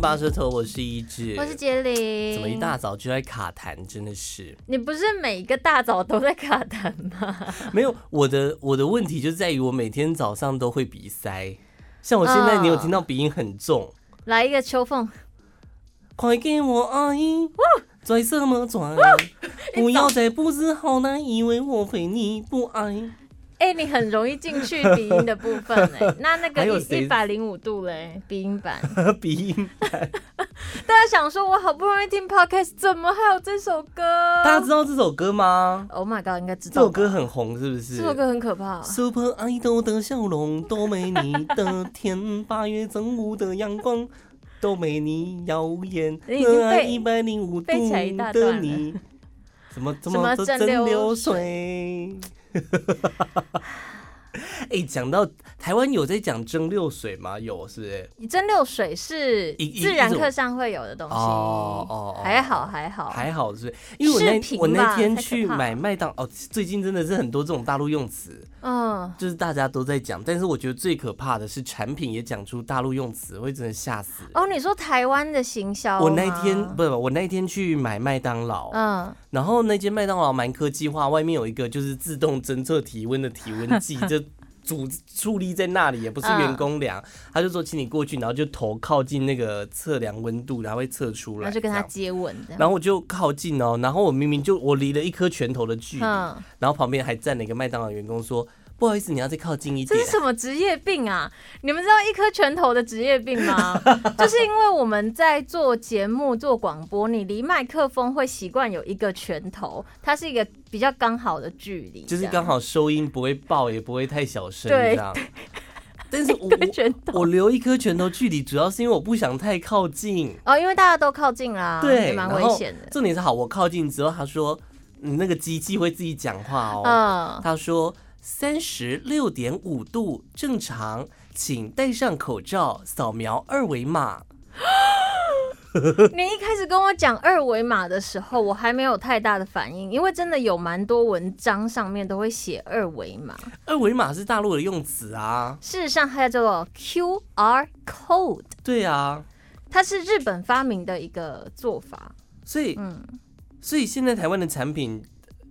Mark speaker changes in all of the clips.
Speaker 1: 拔舌头，我是一只，
Speaker 2: 我是杰林。
Speaker 1: 怎么一大早就在卡痰？真的是
Speaker 2: 你不是每一个大早都在卡痰吗？
Speaker 1: 没有我的我的问题就在于我每天早上都会鼻塞，像我现
Speaker 2: 嗯
Speaker 1: 在你有听到鼻音很重，
Speaker 2: 来一个秋凤，
Speaker 1: 快给我爱，拽什么拽？ 不要再不知好难，以为我会你不爱。
Speaker 2: 哎、你很容易进去鼻音的部分哎、那那个
Speaker 1: 还有
Speaker 2: 一
Speaker 1: 谁
Speaker 2: 一百零五度嘞，鼻音版。
Speaker 1: 鼻音，
Speaker 2: 大家想说，我好不容易听 podcast，怎么还有这首歌？
Speaker 1: 大家知道这首歌吗？
Speaker 2: Oh my god，应该知
Speaker 1: 这
Speaker 2: 道吧。
Speaker 1: 首歌很红，是不是？
Speaker 2: 这首歌很可怕。
Speaker 1: Super Idol 的笑容都没你的甜，八月正午的阳光 都没你耀眼。
Speaker 2: 你已经
Speaker 1: 热爱
Speaker 2: 背
Speaker 1: 一百零五度
Speaker 2: 背起来一大
Speaker 1: 的
Speaker 2: 段
Speaker 1: 你，怎么怎
Speaker 2: 什
Speaker 1: 么
Speaker 2: 么
Speaker 1: 都
Speaker 2: 蒸
Speaker 1: 蒸
Speaker 2: 馏
Speaker 1: 馏水？ 哎，讲到台湾有在讲蒸馏水吗？有是不是？
Speaker 2: 蒸馏水是
Speaker 1: 一一
Speaker 2: 自然
Speaker 1: 一种
Speaker 2: 课上会有的东西，
Speaker 1: 哦哦哦
Speaker 2: 还好还好。
Speaker 1: 还好是不是？因为我
Speaker 2: 视
Speaker 1: 那
Speaker 2: 频
Speaker 1: 我那
Speaker 2: 吧
Speaker 1: 天
Speaker 2: 太可
Speaker 1: 去
Speaker 2: 怕
Speaker 1: 买麦当哦，最近真的是很多这种大陆用词。
Speaker 2: 嗯，
Speaker 1: 就是大家都在讲，但是我觉得最可怕的是产品也讲出大陆用词，会真的吓死。
Speaker 2: 哦，你说台湾的行销吗，
Speaker 1: 我那一天不是我那一天去买麦当劳，
Speaker 2: 嗯，
Speaker 1: 然后那间麦当劳蛮科技化，外面有一个就是自动侦测体温的体温计，就主矗立在那里，也不是员工
Speaker 2: 嗯
Speaker 1: 量，他就说请你过去，然后就头靠近那个测量温度，然后会测出
Speaker 2: 然
Speaker 1: 来，
Speaker 2: 后就跟
Speaker 1: 这
Speaker 2: 他
Speaker 1: 样
Speaker 2: 接吻这样。
Speaker 1: 然后我就靠近哦，然后我明明就我离了一颗拳头的距离，
Speaker 2: 嗯
Speaker 1: 然后旁边还站了一个麦当劳员工说。不好意思，你要再靠近一
Speaker 2: 这
Speaker 1: 点
Speaker 2: 是。什么职业病啊？你们知道一颗拳头的职业病吗？ 就是因为我们在做节目、做广播，你离麦克风会习惯有一个拳头，它是一个比较刚好的距离，
Speaker 1: 就是
Speaker 2: 这样
Speaker 1: 刚好收音不会爆，也不会太小声
Speaker 2: 对
Speaker 1: 这 样。但是我
Speaker 2: 一颗拳头
Speaker 1: 我我留一颗拳头距离，主要是因为我不想太靠近。
Speaker 2: 哦，因为大家都靠近啦，
Speaker 1: 对，
Speaker 2: 啊也蛮
Speaker 1: 然
Speaker 2: 危
Speaker 1: 后
Speaker 2: 险的。
Speaker 1: 重点是好，我靠近之后，他说你那个机器会自己讲话哦。
Speaker 2: 嗯，
Speaker 1: 他说三十六点五度正常，请戴上口罩，扫描二维码。
Speaker 2: 嗯你一开始跟我讲二维码的时候，我还没有太大的反应，因为真的有蛮多文章上面都会写二维码，
Speaker 1: 二维码是大陆的用词啊。
Speaker 2: 事实上它叫做 QR code，
Speaker 1: 对啊，
Speaker 2: 它是日本发明的一个做法。
Speaker 1: 所以
Speaker 2: 嗯，
Speaker 1: 所以现在台湾的产品，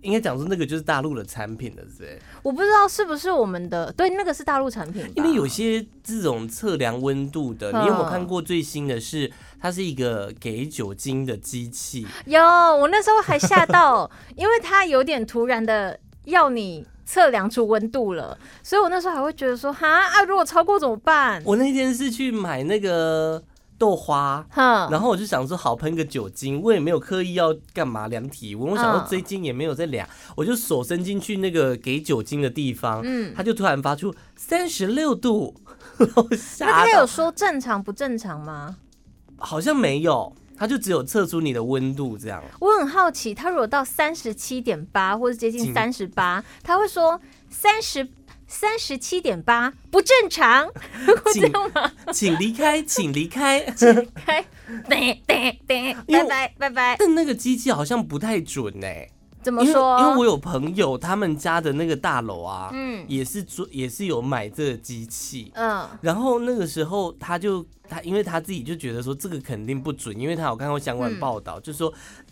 Speaker 1: 应该讲说那个就是大陆的产品了，是不是？
Speaker 2: 我不知道是不是我们的，对，那个是大陆产品吧，
Speaker 1: 因为有些这种测量温度的，
Speaker 2: 嗯
Speaker 1: 你有没有看过最新的是？它是一个给酒精的机器，
Speaker 2: 有我那时候还吓到， 因为它有点突然的要你。测量出温度了，所以我那时候还会觉得说，哈啊，如果超过怎么办？
Speaker 1: 我那天是去买那个豆花。
Speaker 2: 哼，
Speaker 1: 然后我就想说，好喷个酒精，我也没有刻意要干嘛量体温。我想说
Speaker 2: 嗯
Speaker 1: 最近也没有在量，我就手伸进去那个给酒精的地方，
Speaker 2: 嗯
Speaker 1: 它就突然发出三十六度，然后
Speaker 2: 那
Speaker 1: 吓
Speaker 2: 他有
Speaker 1: 到，
Speaker 2: 说正常不正常吗？
Speaker 1: 好像没有，它就只有测出你的温度这样。
Speaker 2: 我很好奇，他如果到三十七点八或者接近
Speaker 1: 紧
Speaker 2: 三十八，他会说三十三十七点八不正常， 会这
Speaker 1: 请
Speaker 2: 样吗？
Speaker 1: 请离开，请离开。
Speaker 2: 开，对对对，
Speaker 1: 因为
Speaker 2: 拜拜拜拜，
Speaker 1: 但那个机器好像不太准哎、
Speaker 2: 怎么
Speaker 1: 因为
Speaker 2: 说？
Speaker 1: 因为我有朋友他们家的那个大楼啊，
Speaker 2: 嗯
Speaker 1: 也是做也是有买这个机器，
Speaker 2: 嗯
Speaker 1: 然后那个时候他就他因为他自己就觉得说这个肯定不准，因为他有看过相关
Speaker 2: 嗯
Speaker 1: 报道，就说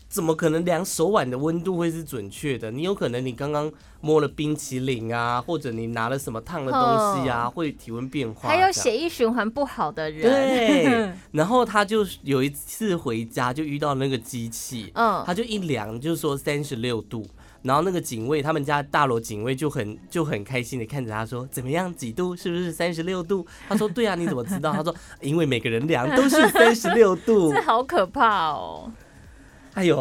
Speaker 1: 怎么可能量手腕的温度会是准确的？你有可能你刚刚摸了冰淇淋啊，或者你拿了什么烫的东西啊，会体温变化。
Speaker 2: 还有
Speaker 1: 这样
Speaker 2: 血液循环不好的人，
Speaker 1: 对，然后他就有一次回家就遇到那个机器，
Speaker 2: 嗯
Speaker 1: 他就一量就说三十六度，然后那个警卫他们家大楼警卫就很就很开心的看着他说怎么样几度是不是三十六度？他说对啊，你怎么知道？他说因为每个人量都 是三十六度
Speaker 2: 这，好可怕哦。
Speaker 1: 哎呦，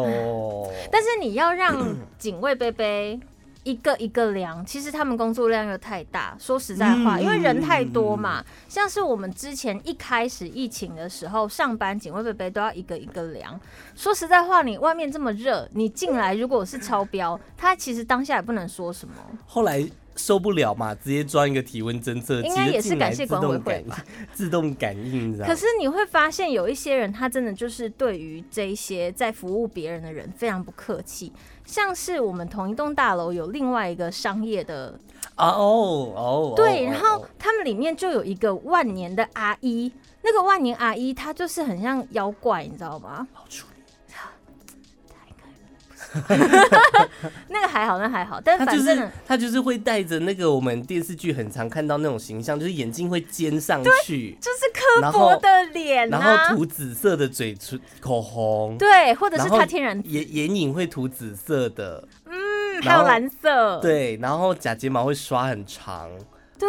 Speaker 2: 但是你要让
Speaker 1: 嗯
Speaker 2: 警卫贝贝一个一个量，其实他们工作量又太大。说实在话，
Speaker 1: 嗯
Speaker 2: 因为人太多嘛，像是我们之前一开始疫情的时候，上班警卫贝贝都要一个一个量。说实在话，你外面这么热，你进来如果是超标，他其实当下也不能说什么。
Speaker 1: 后来。受不了嘛，直接装一个体温侦测器，
Speaker 2: 应该也是
Speaker 1: 就进来
Speaker 2: 感谢
Speaker 1: 自动
Speaker 2: 管委会
Speaker 1: 感自动感应，你知道吗
Speaker 2: 可是你会发现，有一些人他真的就是对于这一些在服务别人的人非常不客气。像是我们同一栋大楼有另外一个商业的
Speaker 1: 啊哦哦，
Speaker 2: 对，
Speaker 1: 哦
Speaker 2: 然
Speaker 1: 哦
Speaker 2: 后他们里面就有一个万年的阿姨，那个万年阿姨她就是很像妖怪，你知道吗？
Speaker 1: 哦好处理
Speaker 2: 那个还好，那还好，但
Speaker 1: 他
Speaker 2: 反
Speaker 1: 就
Speaker 2: 正
Speaker 1: 是他就是会带着那个我们电视剧很常看到那种形象，就是眼睛会尖上去，
Speaker 2: 就是刻薄的脸
Speaker 1: 然后
Speaker 2: 啊，
Speaker 1: 涂紫色的嘴唇口红，
Speaker 2: 对，或者
Speaker 1: 然
Speaker 2: 是
Speaker 1: 后
Speaker 2: 她天然，
Speaker 1: 眼眼影会涂紫色的，
Speaker 2: 嗯，
Speaker 1: 然
Speaker 2: 还
Speaker 1: 后
Speaker 2: 有蓝色，
Speaker 1: 对，然后假睫毛会刷很长，
Speaker 2: 对，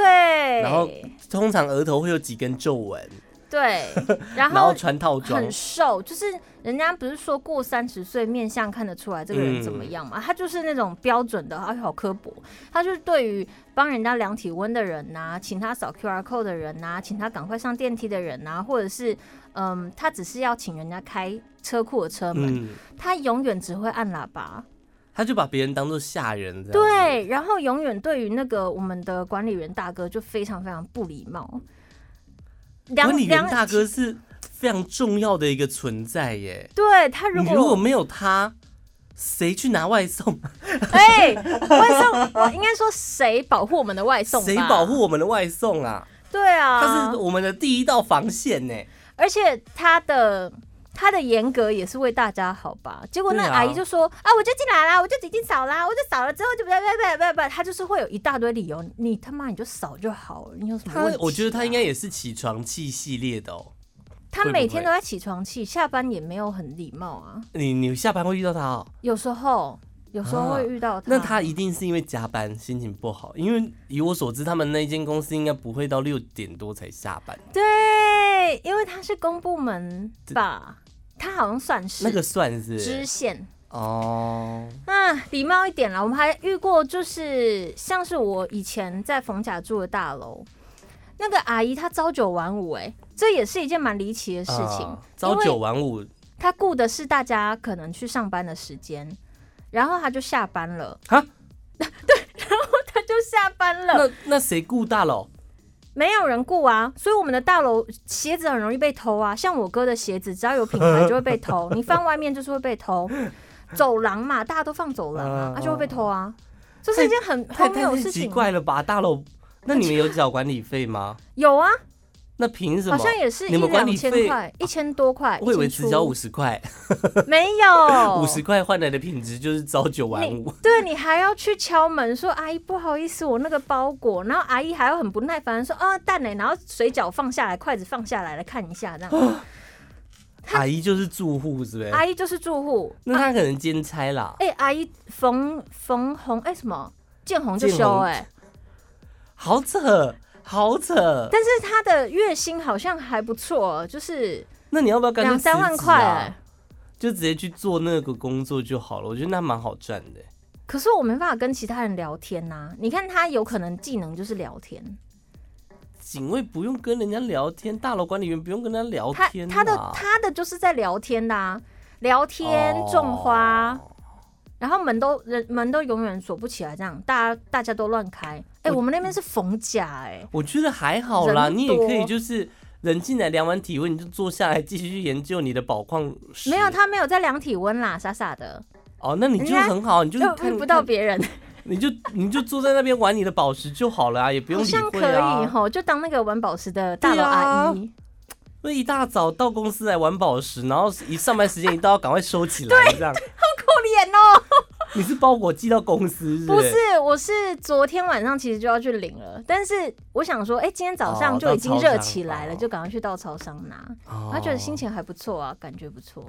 Speaker 1: 然后通常额头会有几根皱纹，
Speaker 2: 对，然
Speaker 1: 然后
Speaker 2: 后
Speaker 1: 穿套装
Speaker 2: 很，瘦，就是人家不是说过三十岁面相看得出来这个人怎么样嘛？
Speaker 1: 嗯
Speaker 2: 他就是那种标准的，而且好刻薄。他就是对于帮人家量体温的人呐、请他扫 QR code 的人呐、请他赶快上电梯的人呐、或者是嗯，他只是要请人家开车库的车门，
Speaker 1: 嗯，
Speaker 2: 他永远只会按喇叭。
Speaker 1: 他就把别人当做下人这样，，
Speaker 2: 对，然后永远对于那个我们的管理员大哥就非常非常不礼貌。
Speaker 1: 管
Speaker 2: 梁
Speaker 1: 理员
Speaker 2: 梁
Speaker 1: 大哥是非常重要的一个存在耶，
Speaker 2: 对他
Speaker 1: 你如果没有他，谁去拿外送？
Speaker 2: 哎、外送，我应该说谁保护我们的外送？
Speaker 1: 谁保护？我们的外送啊？
Speaker 2: 对啊，
Speaker 1: 他是我们的第一道防线呢。
Speaker 2: 而且他的他的严格也是为大家好吧？结果那
Speaker 1: 对啊
Speaker 2: 阿姨就说啊我就进来啦，我就已经扫啦，我就扫了之后就不不不不不，他就是会有一大堆理由，你他妈你就扫就好了，你有什么
Speaker 1: 他
Speaker 2: 问题啊、
Speaker 1: 我觉得他应该也是起床气系列的哦。
Speaker 2: 他
Speaker 1: 会不
Speaker 2: 每天
Speaker 1: 会
Speaker 2: 都在起床气，下班也没有很礼貌啊，
Speaker 1: 你你下班会遇到他哦，
Speaker 2: 有时候有时候
Speaker 1: 啊
Speaker 2: 会遇到哦他，
Speaker 1: 那他一定是因为加班心情不好，因为以我所知，他们那间公司应该不会到六点多才下班，
Speaker 2: 对，因为他是公部门吧，他好像算是
Speaker 1: 那个算
Speaker 2: 支
Speaker 1: 是
Speaker 2: 线。
Speaker 1: 哦，
Speaker 2: 啊，礼貌一点啦。我们还遇过，就是像是我以前在逢甲住的大楼，那个阿姨她朝九晚五、欸，哎，这也是一件蛮离奇的事情。
Speaker 1: 啊
Speaker 2: 呃
Speaker 1: 朝九晚五
Speaker 2: 她顾的是大家可能去上班的时间，然后她就下班了，
Speaker 1: 哈，
Speaker 2: 她就下班了，
Speaker 1: 那那谁顾大佬？
Speaker 2: 没有人顾啊。所以我们的大楼鞋子很容易被偷啊，像我哥的鞋子，只要有品牌就会 被偷，你放外面就是会被偷。走廊嘛，大家都放走廊啊，
Speaker 1: 嗯
Speaker 2: 它、就会被偷啊。这是一件很
Speaker 1: 太
Speaker 2: 荒
Speaker 1: 太
Speaker 2: 谬的
Speaker 1: 太
Speaker 2: 事
Speaker 1: 奇
Speaker 2: 情。
Speaker 1: 怪了吧，大佬？那你们有缴管理费吗？
Speaker 2: 有啊，
Speaker 1: 那凭什
Speaker 2: 好
Speaker 1: 么？
Speaker 2: 像也是一
Speaker 1: 你们管
Speaker 2: 两
Speaker 1: 理
Speaker 2: 千
Speaker 1: 费啊
Speaker 2: 块，一千多块。
Speaker 1: 我以为
Speaker 2: 一千
Speaker 1: 只
Speaker 2: 出
Speaker 1: 交五，十块，
Speaker 2: 没有
Speaker 1: 五十。块换来的品质就是朝九晚
Speaker 2: 你
Speaker 1: 五。
Speaker 2: 对你还要去敲门说阿姨不好意思，我那个包裹，然后阿姨还要很不耐烦地说啊蛋呢，然后水饺放下来，筷子放下来来看一下这 样。
Speaker 1: 阿姨就是住户，是不是？
Speaker 2: 阿姨就是住户，
Speaker 1: 哎那他可能兼差啦，
Speaker 2: 哎、阿姨冯冯红哎、什么建红就
Speaker 1: 建
Speaker 2: 休
Speaker 1: 红
Speaker 2: 哎、
Speaker 1: 好扯，好扯。
Speaker 2: 但是她的月薪好像还不错，就是
Speaker 1: 那你要不要干脆
Speaker 2: 两三万
Speaker 1: 辞职
Speaker 2: 块、
Speaker 1: 啊
Speaker 2: 哎
Speaker 1: 就直接去做那个工作就好了？我觉得那蛮好赚的。
Speaker 2: 可是我没办法跟其他人聊天呐、你看她有可能技能就是聊天。
Speaker 1: 警卫不用跟人家聊天，大楼管理员不用跟人家聊
Speaker 2: 他
Speaker 1: 哦天啦，
Speaker 2: 他的他的就是在聊天的、啊，聊天、种花，
Speaker 1: 哦
Speaker 2: 然后门都人门都永远锁不起来，这样大家大家都乱开。哎、
Speaker 1: 我
Speaker 2: 我们那边是逢甲、哎，
Speaker 1: 我觉得还好啦，
Speaker 2: 人
Speaker 1: 你也可以
Speaker 2: 多
Speaker 1: 就是人进来量完体温，你就坐下来继续去研究你的宝矿石。
Speaker 2: 没有他没有在量体温啦，傻傻的，
Speaker 1: 哦，那你
Speaker 2: 人
Speaker 1: 就
Speaker 2: 家
Speaker 1: 很好，你就
Speaker 2: 又
Speaker 1: 看
Speaker 2: 遇不到，别人，
Speaker 1: 你就你就坐在那边玩你的宝石就好了啊，也不用
Speaker 2: 好
Speaker 1: 理
Speaker 2: 像可
Speaker 1: 会
Speaker 2: 以
Speaker 1: 啊。
Speaker 2: 吼，就当那个玩宝石的大
Speaker 1: 对
Speaker 2: 佬
Speaker 1: 啊
Speaker 2: 阿姨。
Speaker 1: 那一大早到公司来玩宝石，然后一上班时间一到，赶快收起来，这样。
Speaker 2: 可怜哦，
Speaker 1: 你是包裹寄到公司是
Speaker 2: 不
Speaker 1: 是？
Speaker 2: 是，我是昨天晚上其实就要去领了，但是我想说，哎、今天早上
Speaker 1: 哦
Speaker 2: 就
Speaker 1: 到
Speaker 2: 已经
Speaker 1: 超
Speaker 2: 热
Speaker 1: 商
Speaker 2: 起来了，
Speaker 1: 哦
Speaker 2: 就赶快去到超商拿。
Speaker 1: 哦
Speaker 2: 他觉得心情还不错啊，感觉不错。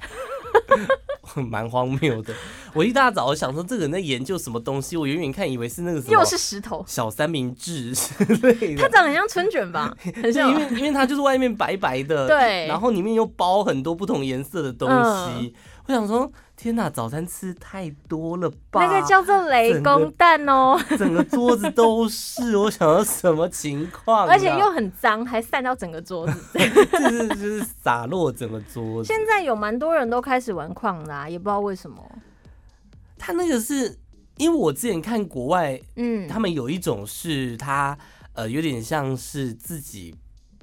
Speaker 1: 哦蛮荒谬的。我一大早想说这个人在研究什么东西，我远远看以为是那个什么
Speaker 2: 又是石头，
Speaker 1: 小三明治之类
Speaker 2: 它
Speaker 1: 的。
Speaker 2: 长得很像春卷吧？ 很
Speaker 1: 对，
Speaker 2: 像
Speaker 1: 因为因为它就是外面白白的，
Speaker 2: 对嗯
Speaker 1: 然后里面又包很多不同颜色的东西。我想说，天哪，早餐吃太多了吧？
Speaker 2: 那个叫做雷公蛋哦，
Speaker 1: 整个桌子都是，我想要什么情况啊、
Speaker 2: 而且 又很脏，还散到整个桌子。
Speaker 1: 就是就是洒落整个桌子。
Speaker 2: 现在有蛮多人都开始玩矿啦、也不知道为什么。
Speaker 1: 它那个是因为我之前看国外
Speaker 2: 嗯，
Speaker 1: 他们有一种是它呃有点像是自己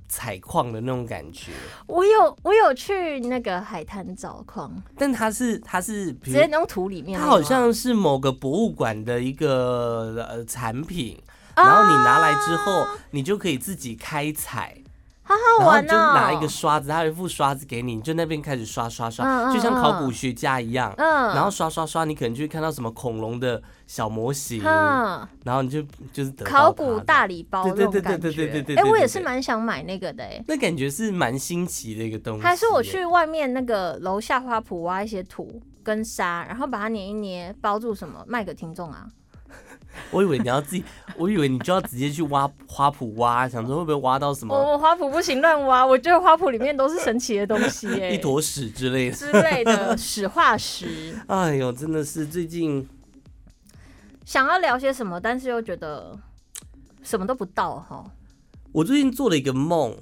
Speaker 1: 采矿的那种感觉。
Speaker 2: 我有我有去那个海滩找矿，
Speaker 1: 但它是它是，比
Speaker 2: 直
Speaker 1: 如
Speaker 2: 接弄土里面那
Speaker 1: 它
Speaker 2: 个吗。
Speaker 1: 好像是某个博物馆的一个呃产品，
Speaker 2: 啊
Speaker 1: 然后你拿来之后，你就可以自己开采。
Speaker 2: 好好
Speaker 1: 然后
Speaker 2: 玩
Speaker 1: 你
Speaker 2: 哦，
Speaker 1: 就拿一个刷子，它有一副刷子给你，你就那边开始刷刷
Speaker 2: 嗯
Speaker 1: 刷，
Speaker 2: 嗯
Speaker 1: 就像考古学家一样。
Speaker 2: 嗯，
Speaker 1: 然后刷刷刷，你可能就会看到什么恐龙的小模型，
Speaker 2: 嗯，
Speaker 1: 然后你就就是得到它
Speaker 2: 考古大礼包
Speaker 1: 对
Speaker 2: 那
Speaker 1: 对
Speaker 2: 种
Speaker 1: 对对
Speaker 2: 感
Speaker 1: 对对对
Speaker 2: 觉
Speaker 1: 对。
Speaker 2: 哎，
Speaker 1: 对
Speaker 2: 我也
Speaker 1: 对
Speaker 2: 是
Speaker 1: 对
Speaker 2: 蛮想买那个的哎。
Speaker 1: 那感觉是蛮新奇的一个东西耶。
Speaker 2: 还是我去外面那个楼下花圃挖一些土跟沙，然后把它捏一捏，包住什么卖给听众啊？
Speaker 1: 我以为你要自己， 我以为你就要直接去挖花圃挖，想说会不会挖到什
Speaker 2: 我
Speaker 1: 么
Speaker 2: 我花圃不行乱挖，我觉得花圃里面都是神奇的东西 哎、
Speaker 1: 一坨屎之类的。
Speaker 2: 之类的史化石。
Speaker 1: 哎呦，真的是最近
Speaker 2: 想要聊些什么，但是又觉得什么都不到哈。
Speaker 1: 我最近做了一个梦，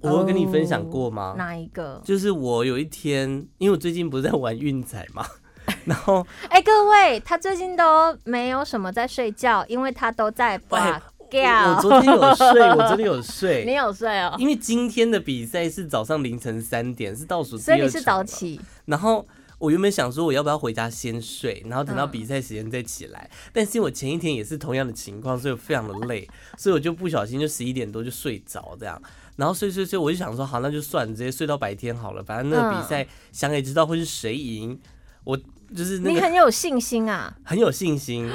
Speaker 1: 我有跟你分享
Speaker 2: 哦
Speaker 1: 过吗？
Speaker 2: 哪一个？
Speaker 1: 就是我有一天，因为我最近不是在玩运彩嘛，然后
Speaker 2: 哎、各位，他最近都没有什么在睡觉，因为他都在
Speaker 1: 哎
Speaker 2: 拔
Speaker 1: 我我
Speaker 2: 掉。
Speaker 1: 昨天有睡，我昨天 有
Speaker 2: 你
Speaker 1: 睡，
Speaker 2: 有睡哦，
Speaker 1: 因为今天的比赛是早上凌晨三点，是倒数第
Speaker 2: 所
Speaker 1: 二
Speaker 2: 以你是
Speaker 1: 场
Speaker 2: 早
Speaker 1: 嘛，
Speaker 2: 起。
Speaker 1: 然后。我原本想说我要不要回家先睡，然后等到
Speaker 2: 嗯
Speaker 1: 比赛时间再起来。但是因为我前一天也是同样的情况，所以我非常的累，所以我就不小心就十一点多就睡着这样。然后睡睡睡，我就想说好，那就算了，直接睡到白天好了。反正那个
Speaker 2: 嗯
Speaker 1: 比赛，想也知道会是谁赢。我就是那
Speaker 2: 你
Speaker 1: 个
Speaker 2: 很有信心啊！
Speaker 1: 很有信心，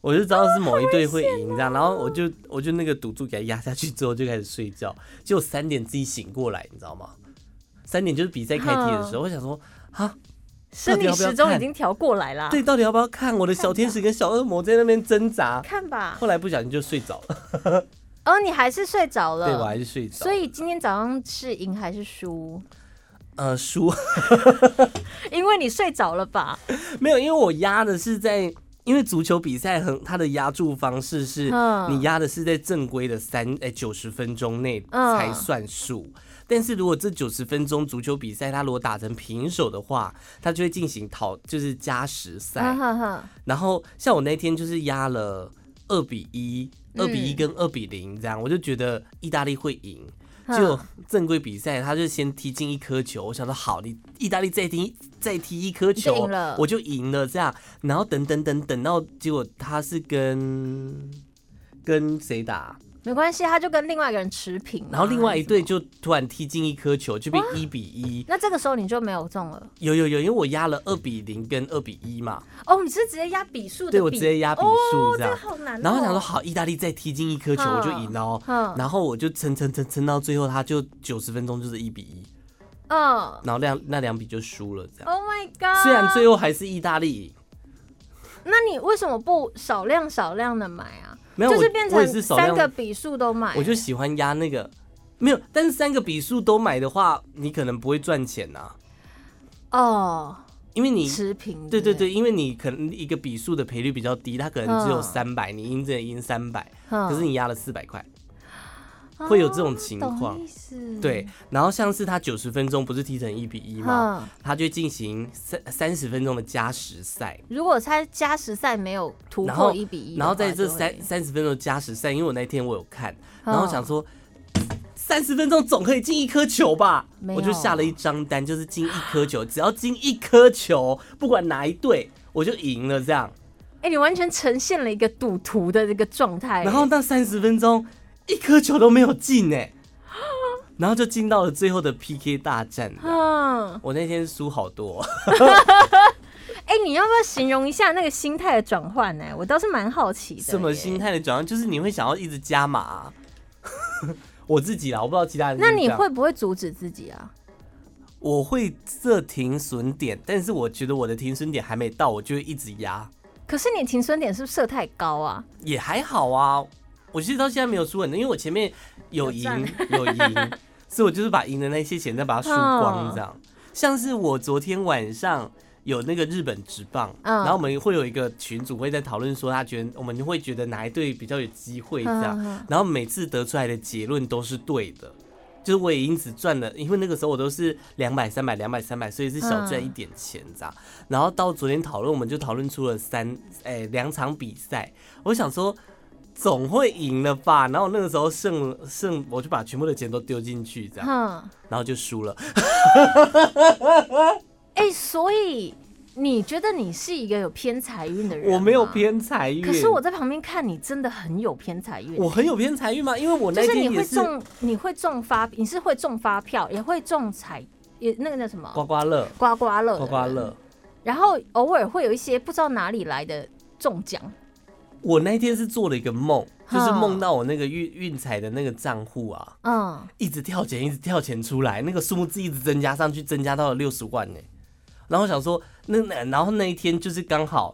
Speaker 1: 我就知道是某一队会赢这样，然后我就
Speaker 2: 啊
Speaker 1: 我就那个赌注给它压下去之后就开始睡觉，结果三点自己醒过来，你知道吗？三点就是比赛开踢的时候，我想说啊，
Speaker 2: 生理时钟已经调过来啦。
Speaker 1: 对，到底要不要看我的小天使跟小恶魔在那边挣扎？
Speaker 2: 看吧
Speaker 1: 后。来不小心就睡着了，
Speaker 2: 哦，你还是睡着了。
Speaker 1: 对我还是睡着
Speaker 2: 嗯所。以今天早上是赢还是输？
Speaker 1: 呃，输
Speaker 2: 因为你睡着了吧？
Speaker 1: 没有，因为我压的是在，因为足球比赛很它的压注方式是，
Speaker 2: 嗯
Speaker 1: 你压的是在正规的三哎九十分钟内
Speaker 2: 嗯
Speaker 1: 才算数。但是如果这九十分钟足球比赛，它如果打成平手的话，它就会进行讨就是加时赛。
Speaker 2: 啊哈哈，
Speaker 1: 然后像我那天就是压了二比一、二比一跟二比零这样，我就觉得意大利会赢。
Speaker 2: 嗯
Speaker 1: 就正规比赛，他就先踢进一颗球，我想说好，你意大利再踢再踢一颗
Speaker 2: 你就
Speaker 1: 球
Speaker 2: 赢了，
Speaker 1: 我就赢了这样。然后等等等等到结果他是跟跟谁打？
Speaker 2: 没关系，他就跟另外一个人持平嘛。
Speaker 1: 然后另外一队
Speaker 2: 还是什么，
Speaker 1: 就突然踢进一颗球，就变
Speaker 2: 啊
Speaker 1: 一比一。
Speaker 2: 那这个时候你就没有中了。
Speaker 1: 有有有，因为我压了二比零跟二比一嘛，
Speaker 2: 哦，你是直接压笔数的
Speaker 1: 对我
Speaker 2: 比
Speaker 1: 直接压比
Speaker 2: 哦
Speaker 1: 数，这
Speaker 2: 这个
Speaker 1: 样。
Speaker 2: 好难哦。
Speaker 1: 然后想说好，意大利再踢进一颗球我就赢了哦。
Speaker 2: 嗯
Speaker 1: 然后我就撑撑撑撑到最后，他就九十分钟就是一比一，
Speaker 2: 嗯
Speaker 1: 然后两那两笔就输了这样。
Speaker 2: ，Oh my god！
Speaker 1: 虽然最后还是意大利赢，
Speaker 2: 那你为什么不少量少量的买啊？
Speaker 1: 没有
Speaker 2: 就是
Speaker 1: 我
Speaker 2: 变
Speaker 1: 我
Speaker 2: 成
Speaker 1: 也是少
Speaker 2: 三
Speaker 1: 量
Speaker 2: 个笔数都买。
Speaker 1: 我就喜欢压那个没有，但是三个笔数都买的话，你可能不会赚钱呐、
Speaker 2: 哦，
Speaker 1: 因为你
Speaker 2: 持平。
Speaker 1: 对对对，因为你可能一个笔数的赔率比较低，它可能只有
Speaker 2: 嗯
Speaker 1: 三百，你赢只能赢三百，
Speaker 2: 嗯，啊
Speaker 1: 可
Speaker 2: 可
Speaker 1: 是你压了四百块，会有这种情况。
Speaker 2: 嗯
Speaker 1: 对，然后像是他九十分钟不是踢成一比一吗？
Speaker 2: 嗯，
Speaker 1: 他就进行三三十分钟的加时赛，
Speaker 2: 如果他加时赛没有啊突
Speaker 1: 然后
Speaker 2: 破一比一，
Speaker 1: 然后在这
Speaker 2: 就会
Speaker 1: 三三十分钟的加时赛，因为我那天我有看，然后想说。三十分钟总可以进一颗球吧？
Speaker 2: 没有
Speaker 1: 我就下了一张单，就是进一颗球，只要进一颗球，不管哪一队，我就赢了这样。
Speaker 2: 哎、你完全呈现了一个赌徒的这个状态。
Speaker 1: 然后那三十分钟一颗球都没有进 哎，然后就进到了最后的 PK 大战。
Speaker 2: 嗯，
Speaker 1: 我那天输好多哦、
Speaker 2: 哎、你要不要形容一下那个心态的转换呢？我倒是蛮好奇的。
Speaker 1: 什么心？态的转换？就是你会想要一直加码啊、 我自己啦，我不知道其他人是不
Speaker 2: 那
Speaker 1: 是这
Speaker 2: 你
Speaker 1: 样。
Speaker 2: 会不会阻止自己啊？
Speaker 1: 我会设停损点，但是我觉得我的停损点还没到，我就会一直压，
Speaker 2: 可是你停损点是不是设太高啊？
Speaker 1: 也还好啊。我其实到现在没有输很多，因为我前面有赢
Speaker 2: 有
Speaker 1: 有 赢，所以我就是把赢的那些钱再把它输光，这样。
Speaker 2: 嗯
Speaker 1: 像是我昨天晚上有那个日本职棒，
Speaker 2: 嗯
Speaker 1: 然后我们会有一个群组会在讨论说，他觉得我们会觉得哪一队比较有机会这样。
Speaker 2: 嗯
Speaker 1: 然后每次得出来的结论都是对的，就是我也因此赚了，因为那个时候我都是两百、三百、两百、三百，所以是小赚
Speaker 2: 嗯
Speaker 1: 一点钱这样。然后到昨天讨论，我们就讨论出了三哎两、场比赛，我想说。总会赢了吧？然后那个时候剩剩，我就把全部的钱都丢进去，这样，
Speaker 2: 哼，
Speaker 1: 然后就输了。
Speaker 2: 哎、所以你觉得你是一个有偏财运的人？
Speaker 1: 我没有，偏财运，
Speaker 2: 啊可是我在旁边看你真的很有偏财运。
Speaker 1: 我很有偏财运吗？因为我
Speaker 2: 就
Speaker 1: 那
Speaker 2: 是
Speaker 1: 天
Speaker 2: 你
Speaker 1: 也
Speaker 2: 会
Speaker 1: 是
Speaker 2: 中，你会中发，你是会中发票，也会中彩，也那个叫什么
Speaker 1: 刮刮乐，
Speaker 2: 刮刮乐，
Speaker 1: 刮刮。乐。
Speaker 2: 然后偶尔会有一些不知道哪里来的中奖，
Speaker 1: 我那天是做了一个梦，就是
Speaker 2: 哼
Speaker 1: 梦到我那个运运财的那个账户啊，
Speaker 2: 嗯，
Speaker 1: 一直跳钱，一直跳钱出来，那个数目字一直增加上去，增加到了六十万呢、然后我想说，那那然后那一天就是刚好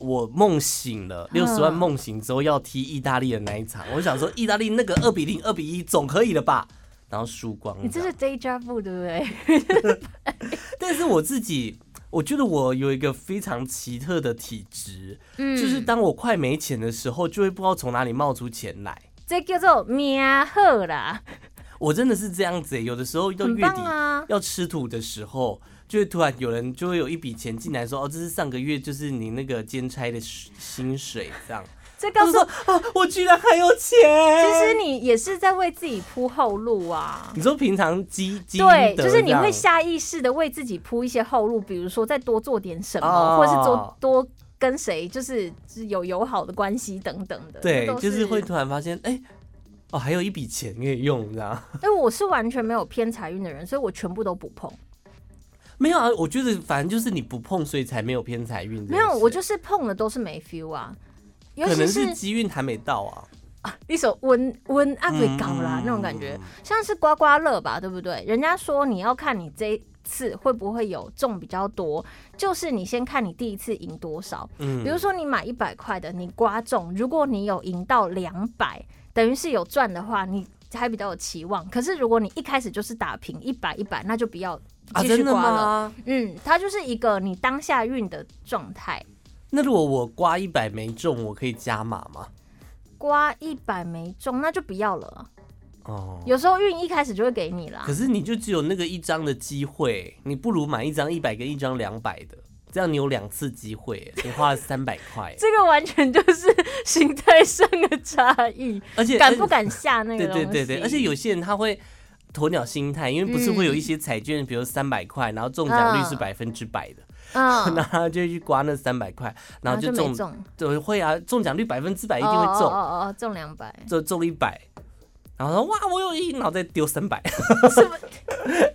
Speaker 1: 我梦醒了，六十万
Speaker 2: 嗯
Speaker 1: 梦醒之后要踢意大利的那一场，我想说意大利那个二比零、二比一总可以了吧？然后输光
Speaker 2: 你这
Speaker 1: 了
Speaker 2: 是。deja vu 对不对？
Speaker 1: 但是我自己，我觉得我有一个非常奇特的体质，
Speaker 2: 嗯，
Speaker 1: 就是当我快没钱的时候，就会不知道从哪里冒出钱来。
Speaker 2: 这叫做命好啦，
Speaker 1: 我真的是这样子欸、有的时候到
Speaker 2: 很
Speaker 1: 月
Speaker 2: 棒
Speaker 1: 底
Speaker 2: 啊，
Speaker 1: 要吃土的时候，就会突然有人就会有一笔钱进来说，哦，这是上个月就是你那个兼差的时薪水这 样。
Speaker 2: 这告
Speaker 1: 他
Speaker 2: 诉
Speaker 1: 说哎啊，我居然还有钱。
Speaker 2: 其实你也是在为自己铺后路啊。
Speaker 1: 你说平常积积
Speaker 2: 对，
Speaker 1: 德
Speaker 2: 就是你
Speaker 1: 这样
Speaker 2: 会下意识的为自己铺一些后路，比如说再多做点什么，
Speaker 1: 哦
Speaker 2: 或者是多多跟谁就是就是有友好的关系等等的。
Speaker 1: 对
Speaker 2: 这都，
Speaker 1: 就是是会。突然发现，哎、哦，还有一笔钱可以用，这样
Speaker 2: 因为我是完全没有偏财运的人，所以我全部都不碰。
Speaker 1: 没有啊？我觉得反正就是你不碰，所以才没有偏财运这件事。
Speaker 2: 没有，我就是碰了都是没 feel 啊。尤
Speaker 1: 可
Speaker 2: 其
Speaker 1: 能
Speaker 2: 是
Speaker 1: 是机运还没到啊。
Speaker 2: 一首温温啊会搞
Speaker 1: 嗯
Speaker 2: 啦、那种感觉，像是刮刮乐吧，对不对？人家说你要看你这一次会不会有中比较多，就是你先看你第一次赢多少。
Speaker 1: 嗯
Speaker 2: 比如说你买一百块的，你刮中，如果你有赢到两百，等于是有赚的话，你还比较有期望。可是如果你一开始就是打平一百一百，那就不要
Speaker 1: 啊，
Speaker 2: 继续
Speaker 1: 真的
Speaker 2: 刮了。
Speaker 1: 吗？
Speaker 2: 嗯，它就是一个你当下运的状态。
Speaker 1: 那如果我刮一百没中，我可以加码吗？
Speaker 2: 刮一百没中，那就不要了啊。
Speaker 1: 哦，
Speaker 2: 有时候运一开始就会给你啦
Speaker 1: 可。是你就只有那个一张的机会，你不如买一张一百跟一张两百的，这样你有两次机会，你花了三百块，
Speaker 2: 这个完全就是形态上的差 异，
Speaker 1: 而且
Speaker 2: 敢不？敢下那
Speaker 1: 而且
Speaker 2: 个东西？
Speaker 1: 对对对对，而且有些人他会。鸵鸟心态，因为不是会有一些彩券，比如三百块，然后中奖率是
Speaker 2: 嗯
Speaker 1: 百分之百的，
Speaker 2: 嗯啊
Speaker 1: 那，他就去刮那三百块，然后就
Speaker 2: 没
Speaker 1: 中，
Speaker 2: 中，
Speaker 1: 对，会啊，中奖率百分之百一定会
Speaker 2: 哦
Speaker 1: 中，
Speaker 2: 哦哦，哦中 两百，
Speaker 1: 就中一百，然后说哇，我有一，然后再丢三百，
Speaker 2: 是不？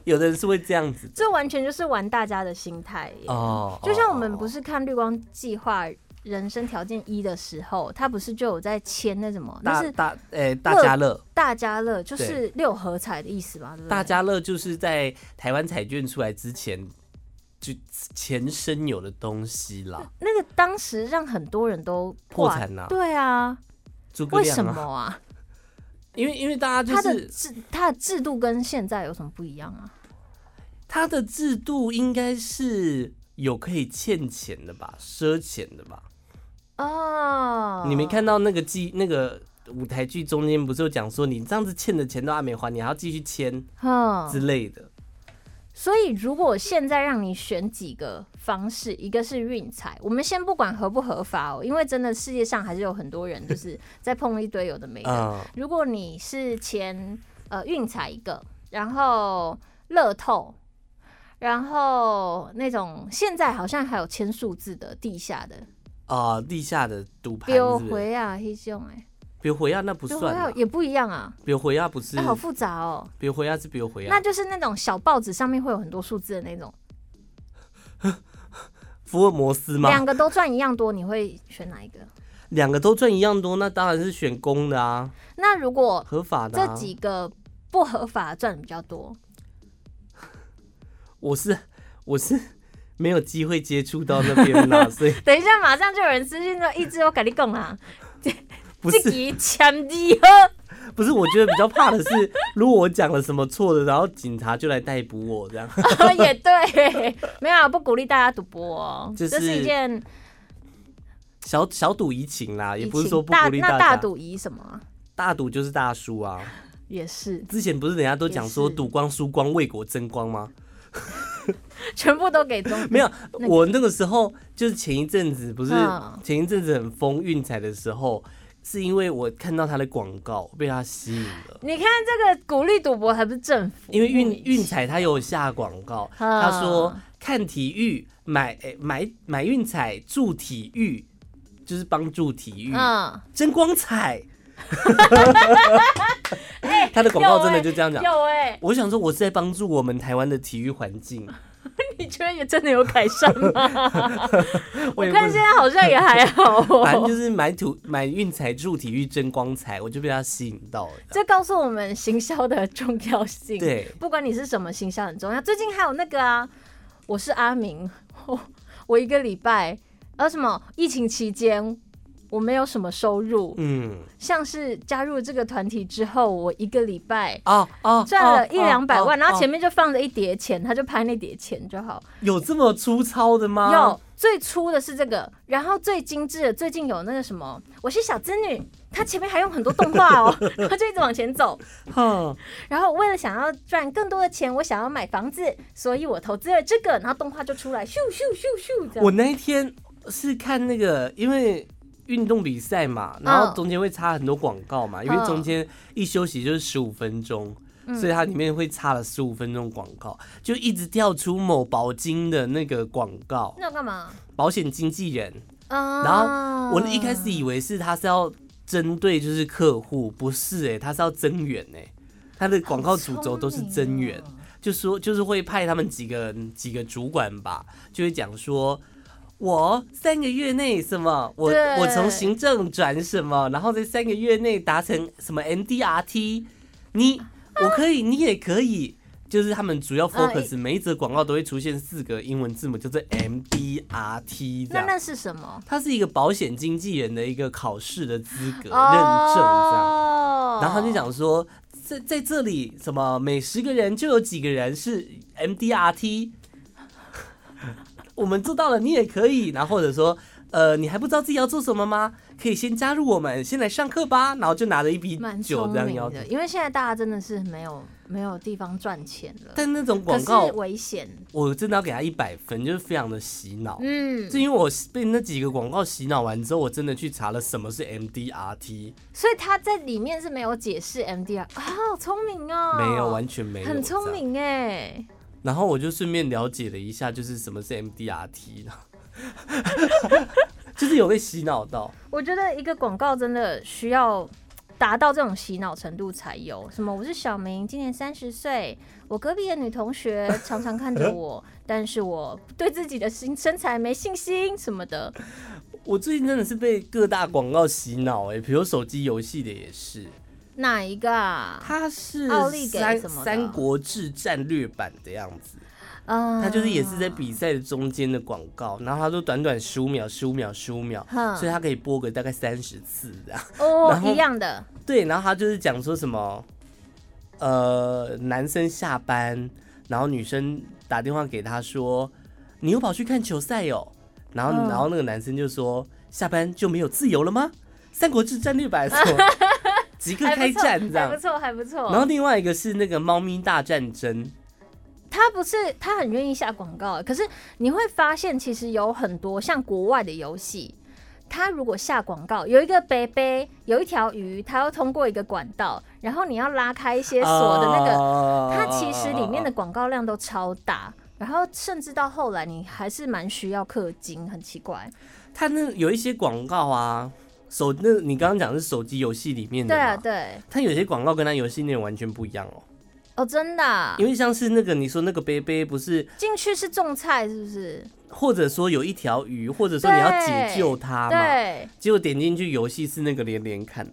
Speaker 1: 有的人是会这样子
Speaker 2: 这完全就是玩大家的心态耶。
Speaker 1: 哦，
Speaker 2: 就像我们
Speaker 1: 哦
Speaker 2: 不是看《绿光计划》人生条件一的时候，他不是就有在签那什么？那
Speaker 1: 大
Speaker 2: 是
Speaker 1: 大诶、大家乐，
Speaker 2: 大家乐，就是六合彩的意思嘛，对不对？
Speaker 1: 大家乐就是在台湾彩券出来之前就前身有的东西啦，
Speaker 2: 那个当时让很多人都
Speaker 1: 破
Speaker 2: 挂
Speaker 1: 产呐、
Speaker 2: 对啊，
Speaker 1: 诸葛
Speaker 2: 为
Speaker 1: 亮
Speaker 2: 什么
Speaker 1: 啊，
Speaker 2: 啊？
Speaker 1: 因为因为大家
Speaker 2: 它
Speaker 1: 就
Speaker 2: 的
Speaker 1: 是
Speaker 2: 制它的制度跟现在有什么不一样啊？
Speaker 1: 他的制度应该是有可以欠钱的吧，赊钱的吧，
Speaker 2: 哦，
Speaker 1: 你没看到那个记那个。舞台剧中间不是有讲说，你这样子欠的钱都还没还，你还要继续欠
Speaker 2: 嗯
Speaker 1: 之
Speaker 2: 哼，
Speaker 1: 类的。
Speaker 2: 所以如果现在让你选几个方式，一个是运彩，我们先不管合不合法哦，因为真的世界上还是有很多人就是在碰一堆有的没的。
Speaker 1: 嗯，
Speaker 2: 如果你是前呃运彩一个，然后乐透，然后那种现在好像还有签数字的地下的，
Speaker 1: 啊、地下的赌盘
Speaker 2: 标
Speaker 1: 是不是？
Speaker 2: 回啊，黑熊哎，
Speaker 1: 比如回亚那不
Speaker 2: 标回
Speaker 1: 算
Speaker 2: 啊
Speaker 1: 啦，
Speaker 2: 也不一样啊，
Speaker 1: 比如回亚不是
Speaker 2: 哎、好复杂哦。
Speaker 1: 比如回家是比如回啊
Speaker 2: 那
Speaker 1: 家，
Speaker 2: 就是那种小报纸上面会有很多数字的那种，
Speaker 1: 福尔摩斯嘛，
Speaker 2: 两个都赚一样多，你会选哪一个？
Speaker 1: 两个都赚一样多，那当然是选公的啊，
Speaker 2: 那如果
Speaker 1: 合法的、
Speaker 2: 这
Speaker 1: 啊。
Speaker 2: 几个不合法赚的比较 多，
Speaker 1: 我是我是没有机会接触到那边 啦，所以
Speaker 2: 等一下马上就有人私信说一只我跟你讲啦，
Speaker 1: 不
Speaker 2: 自
Speaker 1: 是
Speaker 2: 己抢的喝，
Speaker 1: 不是，我觉得比较怕的是，如果我讲了什么错的，然后警察就来逮捕我这 样。
Speaker 2: 哦也对，没有啊不鼓励大家赌博哦，
Speaker 1: 就是
Speaker 2: 这是一件
Speaker 1: 小小赌怡情啦，也
Speaker 2: 疫
Speaker 1: 不是
Speaker 2: 情
Speaker 1: 说不
Speaker 2: 大
Speaker 1: 鼓励
Speaker 2: 那
Speaker 1: 家。
Speaker 2: 大赌怡什么啊
Speaker 1: 大赌就是大输啊！
Speaker 2: 也是
Speaker 1: 之前不是人家都讲说
Speaker 2: 也是
Speaker 1: 赌光输光为国争光吗？
Speaker 2: 全部都给中
Speaker 1: 没有，
Speaker 2: 那个
Speaker 1: 我那个时候就是前一阵子不是
Speaker 2: 嗯
Speaker 1: 前一阵子很疯运彩的时候，是因为我看到他的广告被他吸引了。
Speaker 2: 你看这个鼓励赌博还不是政府？
Speaker 1: 因为运运彩他有下广告，
Speaker 2: 啊
Speaker 1: 他说看体育买诶买买运彩助体育，就是帮助体育
Speaker 2: 嗯，
Speaker 1: 争光 彩。他的广告真的就这样讲。
Speaker 2: 哎有哎、
Speaker 1: 我想说，我是在帮助我们台湾的体育环境。
Speaker 2: 你觉得也真的有改善 吗？
Speaker 1: 我也不
Speaker 2: 我看
Speaker 1: 能
Speaker 2: 现在好像也还好
Speaker 1: 反正
Speaker 2: 哦。
Speaker 1: 就是买土买运彩助体育争光彩，我就被他吸引到了。
Speaker 2: 这告诉我们行销的重要性。，
Speaker 1: 对，
Speaker 2: 不管你是什么行销很重要。最近还有那个啊，我是阿明， 我我一个礼拜，呃，什么疫情期间我没有什么收入，
Speaker 1: 嗯，
Speaker 2: 像是加入这个团体之后，我一个礼拜。
Speaker 1: 哦哦，
Speaker 2: 赚
Speaker 1: 哦
Speaker 2: 了一两百万，
Speaker 1: 哦
Speaker 2: 然后前
Speaker 1: 哦
Speaker 2: 面就放着一叠钱，他就拍那叠钱就好。
Speaker 1: 啊有这么粗糙的吗？
Speaker 2: 有最粗的是这个，然后最精致的最近有那个什么，我是小资女，它前面还用很多动画哦， 它就一直往前走。
Speaker 1: 哼，
Speaker 2: 然后为了想要赚更多的钱，我想要买房子，所以我投资了这个，然后动画就出来，咻咻咻咻这
Speaker 1: 我
Speaker 2: 样。
Speaker 1: 那一天是看那个，因为运动比赛嘛，然后
Speaker 2: 嗯
Speaker 1: 中间会插很多广告嘛，因为中间一休息就是十五分钟。所以它里面会插了十五分钟广告，就一直跳出某保金的那个广告，
Speaker 2: 那要干嘛？
Speaker 1: 保险经纪人，
Speaker 2: 啊
Speaker 1: 然后我一开始以为是他是要针对就是客户，不是哎、他是要增援哎、他的广告主轴都是增援，就说就是会派他们几个人几个主管吧，就会讲说。我三个月内什么？我
Speaker 2: 对
Speaker 1: 我从行政转什么？然后在三个月内达成什么 NDRT？你我可以，你也可以。就是他们主要 focus，每一则广告都会出现四个英文字母，就是 MDRT 这
Speaker 2: 那
Speaker 1: 样。
Speaker 2: 那是什么？
Speaker 1: 它是一个保险经纪人的一个考试的资格认证这样。
Speaker 2: 哦，
Speaker 1: 然后他就讲说，在在这里什么每十个人就有几个人是 MDRT，我们做到了，你也可以。然后或者说，呃，你还不知道自己要做什么吗？可以先加入我们，先来上课吧。然后就拿着一瓶
Speaker 2: 蛮
Speaker 1: 酒
Speaker 2: 聪
Speaker 1: 这样
Speaker 2: 明
Speaker 1: 要。
Speaker 2: 的，因为现在大家真的是没有没有地方赚钱了，
Speaker 1: 但那种
Speaker 2: 可
Speaker 1: 广
Speaker 2: 是
Speaker 1: 告，
Speaker 2: 危险，
Speaker 1: 我真的要给他一百分，就是非常的洗脑。
Speaker 2: 嗯，
Speaker 1: 是因为我被那几个广告洗脑完之后，我真的去查了什么是 MDRT，
Speaker 2: 所以他在里面是没有解释 MDR 啊，好聪明哦，
Speaker 1: 没有，完全没有，
Speaker 2: 很聪。明哎，
Speaker 1: 然后我就顺便了解了一下，就是什么是 MDRT 呢？ 就是有被洗脑到，
Speaker 2: 我觉得一个广告真的需要达到这种洗脑程度才有。什么？我是小明，今年三十岁，我隔壁的女同学常常看 着我，但是我对自己的身身材没信心什么的。
Speaker 1: 我最近真的是被各大广告洗脑哎、比如手机游戏的也是，
Speaker 2: 哪一个啊？
Speaker 1: 它是
Speaker 2: 奥利给
Speaker 1: 三
Speaker 2: 什么的
Speaker 1: 三国志战略版的样子，
Speaker 2: 嗯，
Speaker 1: 它就是也是在比赛的中间的广告，然后它就短短十五秒、十五秒、十五秒，
Speaker 2: 哼
Speaker 1: 所以它可以播个大概三十次这样。
Speaker 2: 哦
Speaker 1: 然后
Speaker 2: 一样的，
Speaker 1: 对，然后他就是讲说什么，呃，男生下班，然后女生打电话给他说，你又跑去看球赛哦，然后、
Speaker 2: 嗯
Speaker 1: 然后那个男生就说，下班就没有自由了吗？三国志战略版什么， 即刻
Speaker 2: 还
Speaker 1: 开
Speaker 2: 不错，
Speaker 1: 战这
Speaker 2: 还不
Speaker 1: 样。
Speaker 2: 错，还不错。
Speaker 1: 然后另外一个是那个猫咪大战争，
Speaker 2: 他不是他很愿意下广告，啊可是你会发现，其实有很多像国外的游戏，他如果下广告，有一个杯杯，有一条鱼，它要通过一个管道，然后你要拉开一些锁的那
Speaker 1: 哦
Speaker 2: 个，
Speaker 1: 个
Speaker 2: 它其实里
Speaker 1: 哦
Speaker 2: 面的广告量都超大。然后甚至到后来，你还是蛮需要氪金，很奇怪。
Speaker 1: 它那有一些广告啊，手那你刚刚讲的是手机游戏里面的
Speaker 2: 对啊，
Speaker 1: 嘛
Speaker 2: 对，
Speaker 1: 它有些广告跟它游戏内容完全不一样哦。
Speaker 2: 哦，真的啊、
Speaker 1: 因为像是那个你说那个杯杯不是，
Speaker 2: 进去是种菜是不是？
Speaker 1: 或者说有一条鱼，或者说你要解救它嘛，
Speaker 2: 对，
Speaker 1: 结果点进去游戏是那个连连 看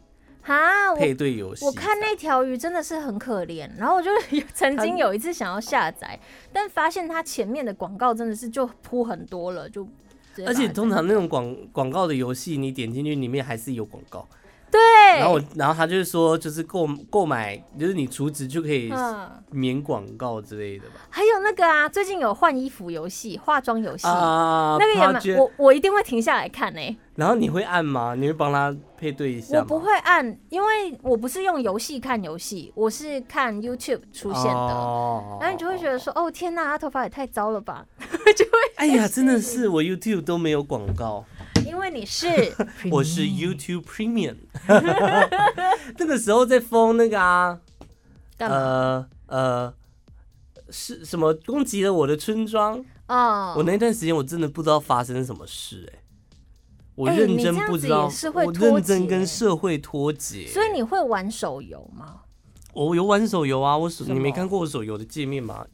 Speaker 2: 哈，我
Speaker 1: 配对游戏，
Speaker 2: 我看那条鱼真的是很可怜，然后我就 有曾经有一次想要下载，但发现它前面的广告真的是就铺很多了，就直接把它
Speaker 1: 而且通常那种广广告的游戏，你点进去里面还是有广告，
Speaker 2: 对，
Speaker 1: 然后我然后他就是说就是购购买，就是你储值就可以
Speaker 2: 嗯，
Speaker 1: 免广告之类的吧，
Speaker 2: 还有那个啊，最近有换衣服游戏、化妆游戏，
Speaker 1: 啊
Speaker 2: 那个也
Speaker 1: project-
Speaker 2: 蛮我我一定会停下来看呢、
Speaker 1: 然后你会按吗？你会帮他配对一下
Speaker 2: 我
Speaker 1: 吗？
Speaker 2: 不会按，因为我不是用游戏看游戏，我是看 YouTube 出现的。
Speaker 1: 哦
Speaker 2: 然后你就会觉得说，哦 天呐，他头发也太糟了吧！
Speaker 1: 哎呀，真的是我 YouTube 都没有广告，
Speaker 2: 因为你是
Speaker 1: 我是 YouTube Premium。那个时候在封那个啊，
Speaker 2: 干嘛？
Speaker 1: 呃呃，是什么攻击了我的村庄？
Speaker 2: 哦，
Speaker 1: 呃我那段时间我真的不知道发生什么事、哎，我
Speaker 2: 哎
Speaker 1: 认
Speaker 2: 你
Speaker 1: 真
Speaker 2: 这样
Speaker 1: 不
Speaker 2: 子
Speaker 1: 知道，
Speaker 2: 也是会
Speaker 1: 我
Speaker 2: 脱
Speaker 1: 认真
Speaker 2: 节
Speaker 1: 跟社会脱节。
Speaker 2: 所以你会玩手游吗？
Speaker 1: 我有玩手游啊，我手
Speaker 2: 什
Speaker 1: 你没
Speaker 2: 么
Speaker 1: 看过我手游的界面吗？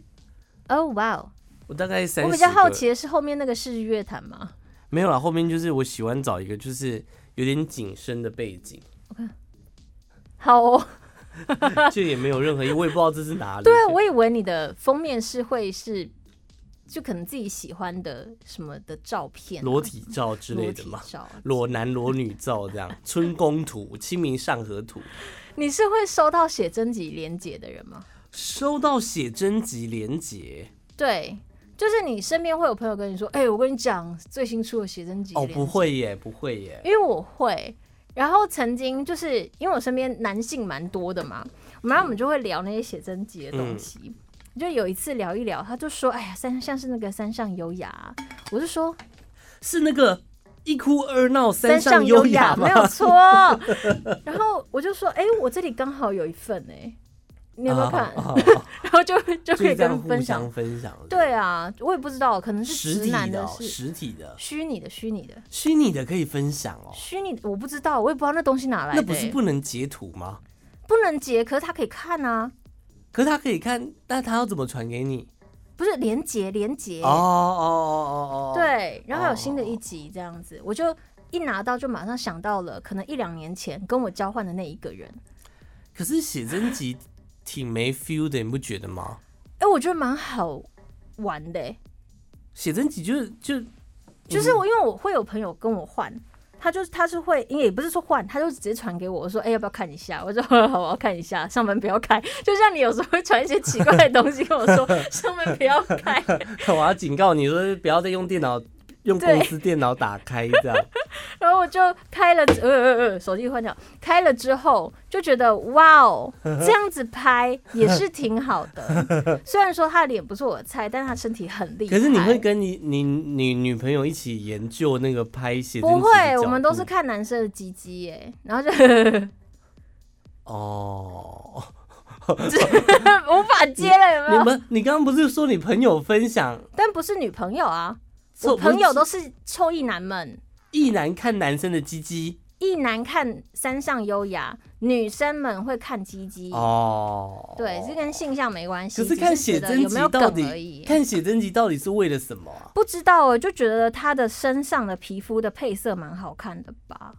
Speaker 2: 哦，哇哦！
Speaker 1: 我大概三
Speaker 2: 我
Speaker 1: 十。
Speaker 2: 比较好，奇的是后面那个是日月潭吗？
Speaker 1: 没有啦，后面就是我喜欢找一个就是有点紧身的背 景，
Speaker 2: 好哦，
Speaker 1: 就也没有任何意义，我也不知道这是哪里。
Speaker 2: 对啊，我以为你的封面是会是就可能自己喜欢的什么的照片啊、
Speaker 1: 裸体照之类
Speaker 2: 裸
Speaker 1: 的
Speaker 2: 体
Speaker 1: 嘛，
Speaker 2: 照。啊
Speaker 1: 裸男裸女照这 样，春宫图、清明上河图。
Speaker 2: 你是会收到写真集连结的人吗？
Speaker 1: 收到写真集连结
Speaker 2: 对，就是你身边会有朋友跟你说，哎、我跟你讲最新出的写真集
Speaker 1: 哦，
Speaker 2: 连
Speaker 1: 不会耶，不会耶，
Speaker 2: 因为我会。然后曾经就是因为我身边男性蛮多的嘛，然
Speaker 1: 嗯
Speaker 2: 后我们就会聊那些写真集的东西。就有一次聊一聊，他就说：“哎呀，山像是那个山上优雅啊。”我就说
Speaker 1: 是那个一哭二闹：“三
Speaker 2: 山
Speaker 1: 上
Speaker 2: 上
Speaker 1: 优
Speaker 2: 优
Speaker 1: 雅
Speaker 2: 雅
Speaker 1: 吗
Speaker 2: 没？有错。”然后我就说：“哎、我这里刚好有一份哎、你有没有看？”
Speaker 1: 啊啊 啊
Speaker 2: 然后就就
Speaker 1: 就
Speaker 2: 可以
Speaker 1: 是这
Speaker 2: 跟
Speaker 1: 样
Speaker 2: 你
Speaker 1: 互
Speaker 2: 分
Speaker 1: 相
Speaker 2: 享。
Speaker 1: 分享。
Speaker 2: 对，啊，我也不知道，可能是
Speaker 1: 实
Speaker 2: 直
Speaker 1: 体
Speaker 2: 男
Speaker 1: 的
Speaker 2: 的
Speaker 1: 哦，
Speaker 2: 事，
Speaker 1: 实体的，
Speaker 2: 虚拟的虚拟的
Speaker 1: 虚拟的可以分享哦。
Speaker 2: 虚拟的，我不知道，我也不知道那东西哪来的、
Speaker 1: 那不是
Speaker 2: 哎
Speaker 1: 不能截图吗？
Speaker 2: 不能截，可是他可以看啊。
Speaker 1: 可是他可以看，但他要怎么传给你？
Speaker 2: 不是连结连结
Speaker 1: 哦哦哦哦哦，哦，
Speaker 2: 对，然后还有新的一集这样子，我就一拿到就马上想到了，可能一两年前跟我交换的那一个人，
Speaker 1: 可是写真集挺没 feel 的，你不觉得吗？
Speaker 2: 哎、我觉得蛮好玩的、欸，
Speaker 1: 写真集就是就嗯
Speaker 2: 就是我因为我会有朋友跟我换。他就是他是会，也不是说换，他就直接传给我，我说，哎、要不要看一下？我说，好，好我要看一下。上班不要开，就像你有时候会传一些奇怪的东西跟我说， 上班不要开。
Speaker 1: 我要警告你说，不要再用电脑，用
Speaker 2: 对
Speaker 1: 公司电脑打开这样。
Speaker 2: 然后我就开了，呃呃呃，手机换掉，开了之后就觉得哇 哦，这样子拍也是挺好的。 虽然说他的脸不是我的菜，但是他身体很 厉害。
Speaker 1: 可是你会跟你你你女朋友一起研究那个拍写真集
Speaker 2: 不
Speaker 1: 的
Speaker 2: 会？
Speaker 1: 角
Speaker 2: 我们都
Speaker 1: 度
Speaker 2: 是看男生的鸡鸡耶，然后就 无
Speaker 1: 哦。
Speaker 2: 法接了，有没
Speaker 1: 你
Speaker 2: 有？
Speaker 1: 们你刚刚不是说你朋友分享，
Speaker 2: 但不是女朋友啊，
Speaker 1: 我
Speaker 2: 我朋友都是臭意男们。
Speaker 1: 一男看男生的鸡鸡
Speaker 2: 一男看山上优雅，女生们会看鸡鸡，
Speaker 1: 哦。
Speaker 2: 对，这跟性向没关系。
Speaker 1: 可是
Speaker 2: 只
Speaker 1: 看
Speaker 2: 觉
Speaker 1: 写
Speaker 2: 得
Speaker 1: 真
Speaker 2: 有
Speaker 1: 集
Speaker 2: 没有
Speaker 1: 到
Speaker 2: 梗而已
Speaker 1: 底，看写真集到底是为了什么啊？
Speaker 2: 不知道，我就觉得他的身上的皮肤的配色蛮好看的吧。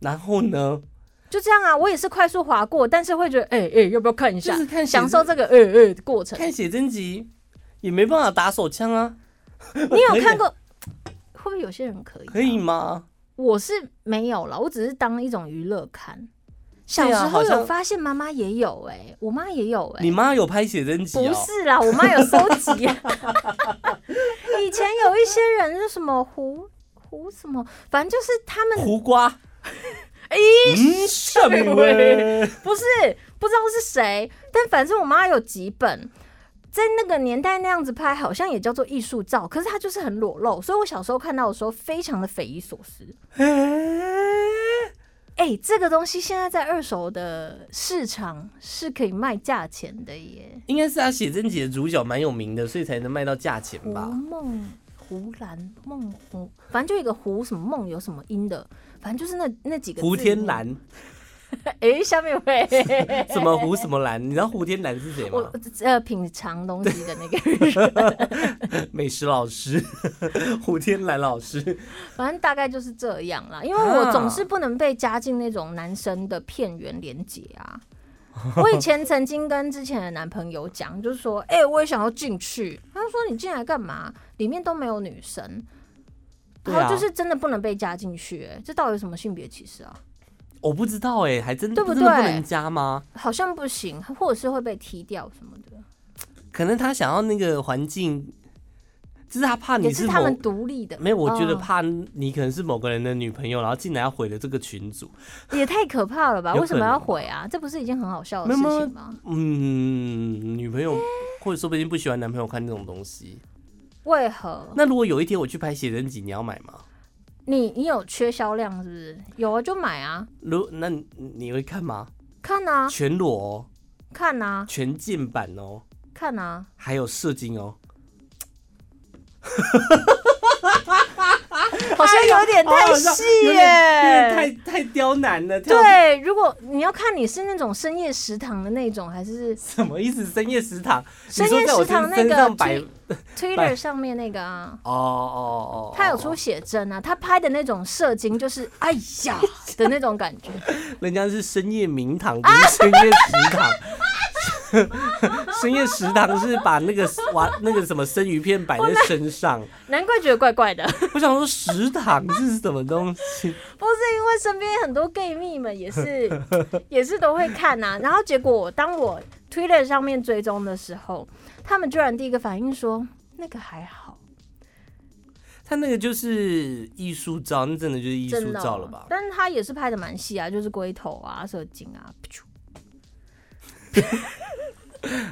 Speaker 1: 然后呢？
Speaker 2: 就这样啊，我也是快速划过，但是会觉得，哎、哎、要不要看一下？
Speaker 1: 就是看写
Speaker 2: 享
Speaker 1: 真
Speaker 2: 受这个哎哎、的过程。
Speaker 1: 看写真集也没办法打手枪啊，
Speaker 2: 你有看过？会不会有些人可以？啊
Speaker 1: 可以吗？
Speaker 2: 我是没有了，我只是当一种娱乐看。小
Speaker 1: 对
Speaker 2: 时
Speaker 1: 啊
Speaker 2: 候
Speaker 1: 好像
Speaker 2: 有发现妈妈也有哎、我妈也有哎、
Speaker 1: 你妈有拍写真集
Speaker 2: 不
Speaker 1: 哦？
Speaker 2: 是啦，我妈有收集、啊 以前有一些人是什么胡胡什么，反正就是他们
Speaker 1: 胡瓜。
Speaker 2: 哎
Speaker 1: 嗯，什
Speaker 2: 么？不是不知道是谁，但反正我妈有几本，在那个年代那样子拍，好像也叫做艺术照，可是它就是很裸露，所以我小时候看到的时候非常的匪夷所思。哎、这个东西现在在二手的市场是可以卖价钱的耶。
Speaker 1: 应该是他写真集的主角蛮有名的，所以才能卖到价钱
Speaker 2: 胡
Speaker 1: 吧？
Speaker 2: 梦胡兰梦胡，反正就一个胡什么梦有什么音的，反正就是那那几个
Speaker 1: 胡
Speaker 2: 字
Speaker 1: 天
Speaker 2: 母。
Speaker 1: 蓝，
Speaker 2: 哎、下面会
Speaker 1: 什么胡什么蓝？你知道胡天蓝是谁吗
Speaker 2: 我？呃品尝东西的那个人。
Speaker 1: 美食老师， 胡天蓝老师。
Speaker 2: 反正大概就是这样啦，因为
Speaker 1: 啊
Speaker 2: 我总是不能被加进那种男生的片源连接啊。 我以前曾经跟之前的男朋友讲，就是说，哎、我也想要进去。他就说你进来干嘛？里面都没有女生。
Speaker 1: 对啊
Speaker 2: 然后就是真的不能被加进去、哎，这到底有什么性别歧视啊？
Speaker 1: 我不知道哎、还真
Speaker 2: 对不
Speaker 1: 真的不
Speaker 2: 对
Speaker 1: 能加吗？
Speaker 2: 好像不行，或者是会被踢掉什么的，
Speaker 1: 可能他想要那个环境，就是他怕
Speaker 2: 也
Speaker 1: 你
Speaker 2: 是
Speaker 1: 某
Speaker 2: 他们独立的。
Speaker 1: 没有，我觉得
Speaker 2: 嗯
Speaker 1: 怕你可能是某个人的女朋友，然后进来要毁了这个群组。
Speaker 2: 嗯也太可怕了吧？
Speaker 1: 有
Speaker 2: 为什么
Speaker 1: 可能
Speaker 2: 要毁啊？这不是已经很好笑的
Speaker 1: 没
Speaker 2: 事
Speaker 1: 有
Speaker 2: 情吗？
Speaker 1: 嗯，女朋友或者说不定不喜欢男朋友看这种东西。
Speaker 2: 为何？
Speaker 1: 那如果有一天我去拍写真集，你要买吗？
Speaker 2: 你你有缺销量是不是？有啊，就买啊，
Speaker 1: 如那你你会看吗？
Speaker 2: 看啊，
Speaker 1: 全裸哦，
Speaker 2: 看啊，
Speaker 1: 全键版哦，
Speaker 2: 看啊。
Speaker 1: 还有射精哦，
Speaker 2: 好
Speaker 1: 哎
Speaker 2: 像有点太细
Speaker 1: 哦有
Speaker 2: 耶、
Speaker 1: 点有点太太刁难了。跳
Speaker 2: 对，如果你要看你是那种深夜食堂的那种，还是
Speaker 1: 什么意思？深夜食堂，
Speaker 2: 深夜
Speaker 1: 你说在我
Speaker 2: 食堂那
Speaker 1: 身
Speaker 2: 个
Speaker 1: 上摆
Speaker 2: 最
Speaker 1: 拜
Speaker 2: Twitter 上面那个啊，
Speaker 1: 哦哦哦，
Speaker 2: 他有
Speaker 1: 哦
Speaker 2: 出写真啊，他拍的那种射精就是哎 呀的那种感觉，
Speaker 1: 人家是深夜名堂，
Speaker 2: 啊
Speaker 1: 不是深夜食堂。 深夜食堂是把那个哇那个什么生鱼片摆在身上，
Speaker 2: 难怪觉得怪怪的。
Speaker 1: 我想说食堂是什么东 西？
Speaker 2: 不是因为身边很多 gay 蜜们 也是也是都会看呐、然后结果当我 Twitter 上面追踪的时候，他们居然第一个反应说那个还好，
Speaker 1: 他那个就是艺术照，那真的就是艺术
Speaker 2: 真的哦、
Speaker 1: 照了吧？
Speaker 2: 但是他也是拍的蛮细啊，就是龟头啊、射精啊，噗啾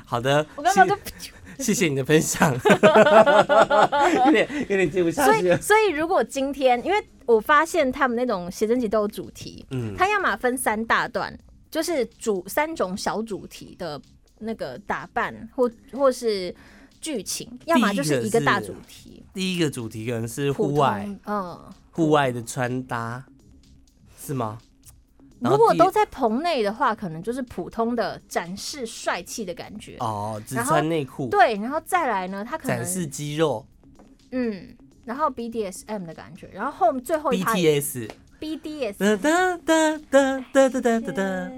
Speaker 1: 好的，
Speaker 2: 哦我刚刚就
Speaker 1: 谢谢谢你的分享，有点有点接不下
Speaker 2: 所
Speaker 1: 去
Speaker 2: 以
Speaker 1: 了。
Speaker 2: 所以如果今天，因为我发现他们那种写真集都有主题，
Speaker 1: 嗯，
Speaker 2: 它要么分三大段，就是主三种小主题的那个打扮或或是剧情，要么就是一个大主题，
Speaker 1: 第一个主题可能是
Speaker 2: 普
Speaker 1: 户
Speaker 2: 通
Speaker 1: 外，
Speaker 2: 嗯。
Speaker 1: 户外的穿搭是吗？然后
Speaker 2: 如果
Speaker 1: 第
Speaker 2: 都在棚内的话，可能就是普通的展示帅气的感觉。
Speaker 1: 哦，只
Speaker 2: 然后
Speaker 1: 穿内裤，
Speaker 2: 对，然后再来呢，他可
Speaker 1: 展
Speaker 2: 能
Speaker 1: 示肌肉
Speaker 2: 嗯，然后 BDSM 的感觉，然后后最后一趴也
Speaker 1: ，BTS。
Speaker 2: BDS，
Speaker 1: 哒哒哒哒哒哒嗯哒哒哒，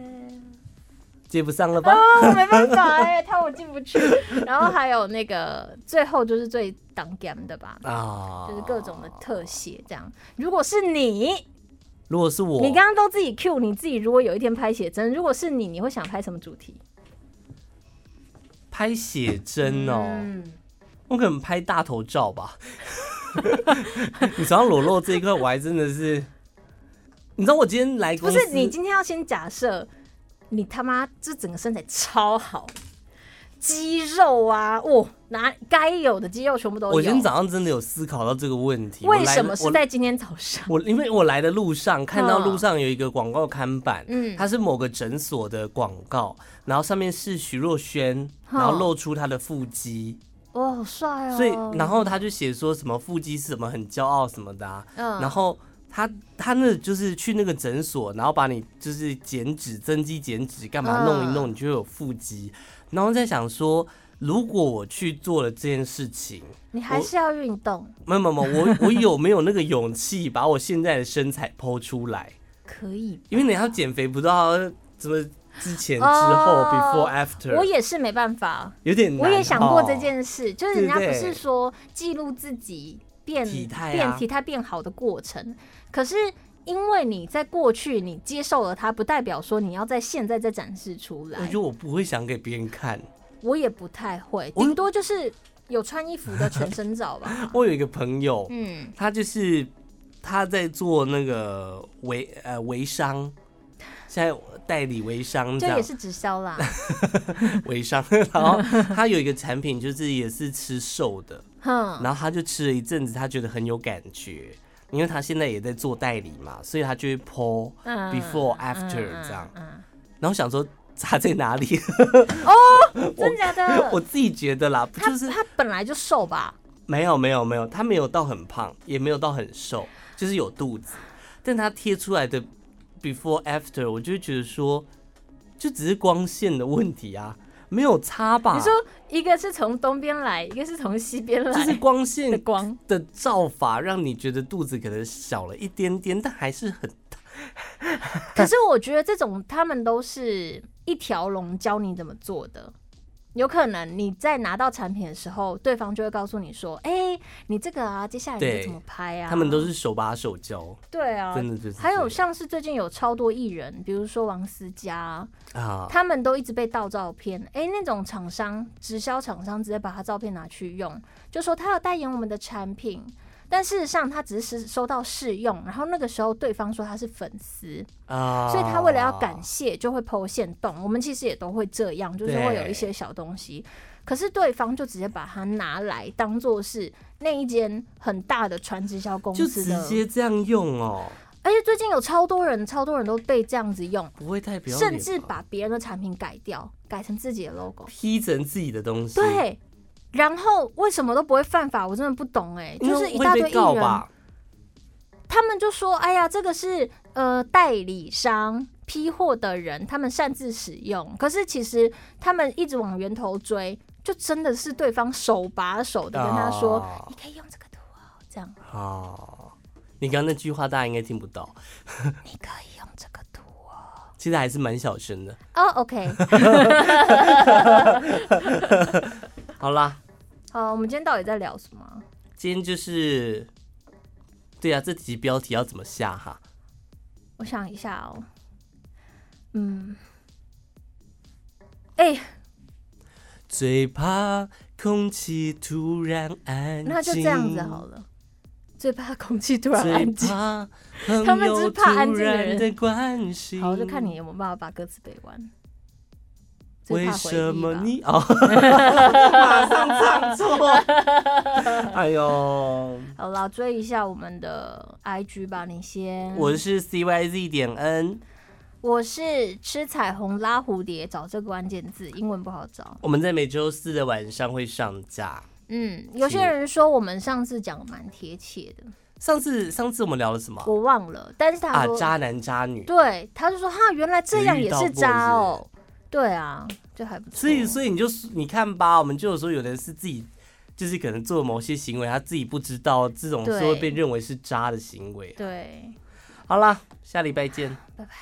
Speaker 1: 接不上了吧？
Speaker 2: 哦，没办法哎、他我进不去。然后还有那个最后就是最挡 game 的吧，
Speaker 1: 啊，
Speaker 2: 就是各种的。特写这样。如果是你，
Speaker 1: 如果是我，
Speaker 2: 你刚刚都自己 Q 你自己，如果有一天拍写真，如果是你，你会想拍什么主题？
Speaker 1: 拍写真哦，
Speaker 2: 嗯，
Speaker 1: 我可能拍大头照吧。 你手上裸露这一块，我还真的是，你知道我今天来
Speaker 2: 不
Speaker 1: 公司，
Speaker 2: 是，你今天要先假设你他妈这整个身材超好，肌肉啊，哦，哪该有的肌肉全部都有。
Speaker 1: 我今天早上真的有思考到这个问题。
Speaker 2: 为什么
Speaker 1: 我
Speaker 2: 是
Speaker 1: 来
Speaker 2: 在今天早上？
Speaker 1: 我我因为我来的路上看到
Speaker 2: 嗯
Speaker 1: 路上有一个广告看板，
Speaker 2: 嗯
Speaker 1: 它是某个诊所的广告，然后上面是徐若瑄，然后
Speaker 2: 嗯
Speaker 1: 露出她的腹肌。
Speaker 2: 哇，好帅哦！
Speaker 1: 所以然后他就写说什么腹肌是什么很骄傲什么的、啊，
Speaker 2: 嗯
Speaker 1: 然后他他那就是去那个诊所，然后把你就是减脂增肌减脂干嘛
Speaker 2: 嗯
Speaker 1: 弄一弄，你就会有腹肌。然后在想说，如果我去做了这件事情，
Speaker 2: 你还是要运动，
Speaker 1: 没有没有没有，我 我有没有那个勇气把我现在的身材剖出来？
Speaker 2: 可以
Speaker 1: 因为你要减肥，不知道怎么之前之后、
Speaker 2: 哦
Speaker 1: before after，
Speaker 2: 我也是没办法，
Speaker 1: 有点难
Speaker 2: 我也想过
Speaker 1: 哦
Speaker 2: 这件事，就是人家
Speaker 1: 对
Speaker 2: 不
Speaker 1: 不对
Speaker 2: 是说记录自己变
Speaker 1: 体态啊
Speaker 2: 变体态变好的过程，可是因为你在过去你接受了它，不代表说你要在现在再展示出
Speaker 1: 我
Speaker 2: 来
Speaker 1: 觉，得我不会想给别人看。
Speaker 2: 我也不太会，
Speaker 1: 我。
Speaker 2: 顶多就是有穿衣服的全身照 吧
Speaker 1: 我有一个朋友，
Speaker 2: 嗯，
Speaker 1: 他就是他在做那个微呃微商，现在代理微商这
Speaker 2: 这
Speaker 1: 样
Speaker 2: 也是直销 啦，
Speaker 1: 微商， 然后他有一个产品就是也是吃瘦的，
Speaker 2: 哼，
Speaker 1: 然后他就吃了一阵子，他觉得很有感觉，因为他现在也在做代理嘛，所以他就会 po
Speaker 2: 嗯
Speaker 1: before
Speaker 2: 嗯
Speaker 1: after
Speaker 2: 嗯
Speaker 1: 这样，
Speaker 2: 嗯
Speaker 1: 然后想说差在哪里，
Speaker 2: 嗯真假
Speaker 1: 我
Speaker 2: 的？
Speaker 1: 自己觉得啦，
Speaker 2: 他
Speaker 1: 就是
Speaker 2: 他本来就瘦吧？
Speaker 1: 没有没有没有，他没有到很胖，也没有到很瘦，就是有肚子。但他贴出来的 before after，我就会觉得说，就只是光线的问题啊，没有差吧？
Speaker 2: 你说一个是从东边来，一个是从西边来，
Speaker 1: 啊就是光
Speaker 2: 的
Speaker 1: 线
Speaker 2: 光，
Speaker 1: 的照法，让你觉得肚子可能小了一点点，但还是很
Speaker 2: 可是我觉得这种他们都是一条龙教你怎么做的。有可能你在拿到产品的时候，对方就会告诉你说：“哎、你这个啊，接下来你
Speaker 1: 对
Speaker 2: 就怎么拍啊？”
Speaker 1: 他们都是手把手教，
Speaker 2: 对啊，
Speaker 1: 真的就是
Speaker 2: 还有
Speaker 1: 这样
Speaker 2: 像是最近有超多艺人，比如说王思佳，
Speaker 1: 啊，
Speaker 2: 他们都一直被盗照片。哎、那种厂商直销厂商直接把他照片拿去用，就说他有代言我们的产品，但事实上他只是收到试用，然后那个时候对方说他是粉丝，
Speaker 1: 啊，
Speaker 2: 所以他为了要感谢，就会剖线洞。我们其实也都会这样，就是会有一些小东西。可是对方就直接把它拿来当做是那一间很大的传直销公
Speaker 1: 就
Speaker 2: 司
Speaker 1: 直
Speaker 2: 的，
Speaker 1: 接这样用哦，
Speaker 2: 而且最近有超多人，超多人都被这样子用，
Speaker 1: 不会太不要脸吧，
Speaker 2: 甚至把别人的产品改掉，改成自己的 logo。
Speaker 1: 批成自己的东西，，
Speaker 2: 对，然后为什么都不会犯法？我真的不懂哎、就是一大
Speaker 1: 会被
Speaker 2: 堆艺
Speaker 1: 告
Speaker 2: 人，
Speaker 1: 吧？
Speaker 2: 他们就说：“哎呀，这个是呃代理商批货的人，他们擅自使用。”可是其实他们一直往源头追，就真的是对方手把手的跟他说：“
Speaker 1: 哦
Speaker 2: 你可以用这个图哦，这样
Speaker 1: 哦，你刚刚那句话大家应该听不到，
Speaker 2: 你可以用这个图哦。
Speaker 1: 其实还是蛮小声的。”
Speaker 2: 哦，OK，
Speaker 1: 好啦，
Speaker 2: 好，我们今天到底在聊什么啊？
Speaker 1: 今天就是，对啊，这集标题要怎么下哈？
Speaker 2: 我想一下哦，嗯，哎、
Speaker 1: 最怕空气突然安静，
Speaker 2: 那就这样子好了。最怕空气突然
Speaker 1: 最
Speaker 2: 安静，
Speaker 1: 怕
Speaker 2: 他们只怕安
Speaker 1: 朋友突
Speaker 2: 静的人
Speaker 1: 然的关心。
Speaker 2: 好，就看你有没有办法把歌词背完。最
Speaker 1: 为
Speaker 2: 怕回忆
Speaker 1: 什么
Speaker 2: 吧
Speaker 1: 你哦，马上唱错。哎呦，
Speaker 2: 好啦，追一下我们的 IG 吧，你先。
Speaker 1: 我是 C Y Z 点 N，
Speaker 2: 我是吃彩虹拉蝴蝶，找这个关键字，英文不好找。
Speaker 1: 我们在每周四的晚上会上架。
Speaker 2: 嗯，有些人说我们上次讲得蛮贴切的，
Speaker 1: 上次上次我们聊了什么
Speaker 2: 我忘了，但是他
Speaker 1: 啊？
Speaker 2: 说、
Speaker 1: 渣男渣女。
Speaker 2: 对，他就说哈，原来这样也是渣哦。对啊，就还不错。
Speaker 1: 所以，所以你就你看吧，我们就有说有的人是自己，就是可能做某些行为，他自己不知道，这种是
Speaker 2: 对
Speaker 1: 会被认为是渣的行为。
Speaker 2: 对，
Speaker 1: 好啦，下礼拜见。
Speaker 2: 拜拜。